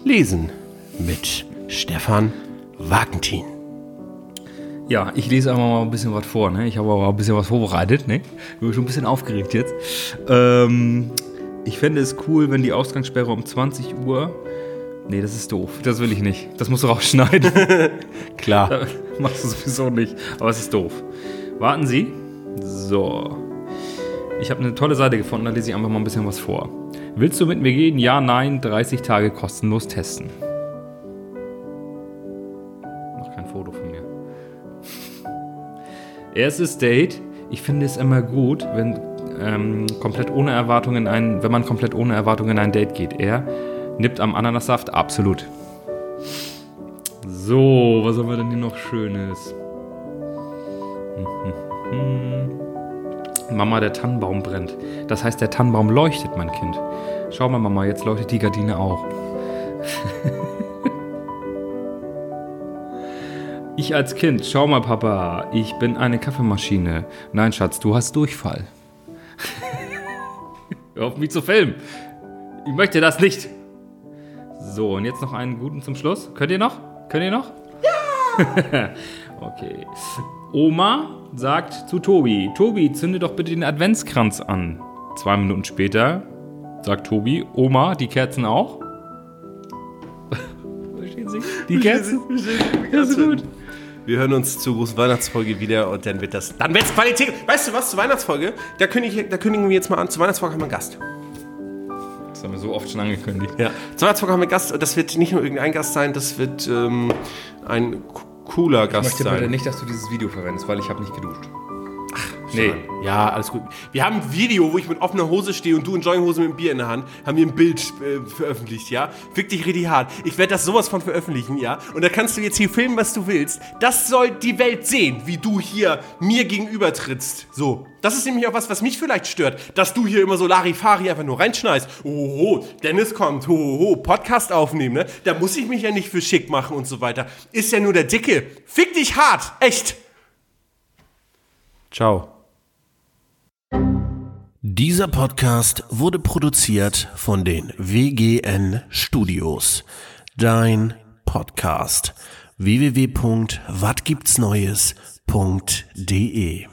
S1: Lesen mit Stefan Wagentin.
S2: Ja, ich lese einfach mal ein bisschen was vor. Ne? Ich habe aber ein bisschen was vorbereitet. Ne? Ich bin schon ein bisschen aufgeregt jetzt. Ähm, ich fände es cool, wenn die Ausgangssperre um 20 Uhr. Nee, das ist doof. Das will ich nicht. Das musst du rausschneiden.
S1: Klar.
S2: Machst du sowieso nicht. Aber es ist doof. Warten Sie. So. Ich habe eine tolle Seite gefunden, da lese ich einfach mal ein bisschen was vor. Willst du mit mir gehen? Ja, nein, 30 Tage kostenlos testen. Noch kein Foto von mir. Erstes Date. Ich finde es immer gut, wenn, ähm, komplett ohne Erwartungen in ein, wenn man komplett ohne Erwartungen in ein Date geht. Er nippt am Ananassaft absolut. So, was haben wir denn hier noch Schönes? Mama, der Tannenbaum brennt. Das heißt, der Tannenbaum leuchtet, mein Kind. Schau mal, Mama, jetzt leuchtet die Gardine auch. ich als Kind, schau mal, Papa, ich bin eine Kaffeemaschine. Nein, Schatz, du hast Durchfall. Hör auf mich zu filmen. Ich möchte das nicht. So, und jetzt noch einen guten zum Schluss. Könnt ihr noch? Könnt ihr noch? Ja! okay. Oma sagt zu Tobi: Tobi, zünde doch bitte den Adventskranz an. Zwei Minuten später sagt Tobi: Oma, die Kerzen auch? Verstehen Sie? Die Kerzen? Das ist gut.
S1: Wir hören uns zur großen Weihnachtsfolge wieder und dann wird das. Dann wird's Qualität. Weißt du was, zur Weihnachtsfolge? Da, kündig, da kündigen wir jetzt mal an. Zur Weihnachtsfolge haben wir einen Gast.
S2: Das haben wir so oft schon angekündigt.
S1: Ja. Zur Weihnachtsfolge haben wir einen Gast. Und das wird nicht nur irgendein Gast sein, das wird ähm, ein co- cooler
S2: Ich
S1: Gast
S2: möchte bitte
S1: sein.
S2: nicht, dass du dieses Video verwendest, weil ich habe nicht geduscht. Ach, nee.
S1: Ja, alles gut. Wir haben ein Video, wo ich mit offener Hose stehe und du in Jogginghose mit einem Bier in der Hand, haben wir ein Bild äh, veröffentlicht, ja? Wirklich richtig hart. Ich werde das sowas von veröffentlichen, ja? Und da kannst du jetzt hier filmen, was du willst. Das soll die Welt sehen, wie du hier mir gegenüber trittst. So. Das ist nämlich auch was, was mich vielleicht stört, dass du hier immer so Larifari einfach nur reinschneist. Oho, Dennis kommt, hoho, Podcast aufnehmen, ne? Da muss ich mich ja nicht für schick machen und so weiter. Ist ja nur der Dicke. Fick dich hart, echt. Ciao.
S3: Dieser Podcast wurde produziert von den WGN Studios. Dein Podcast. www.watgibtsneues.de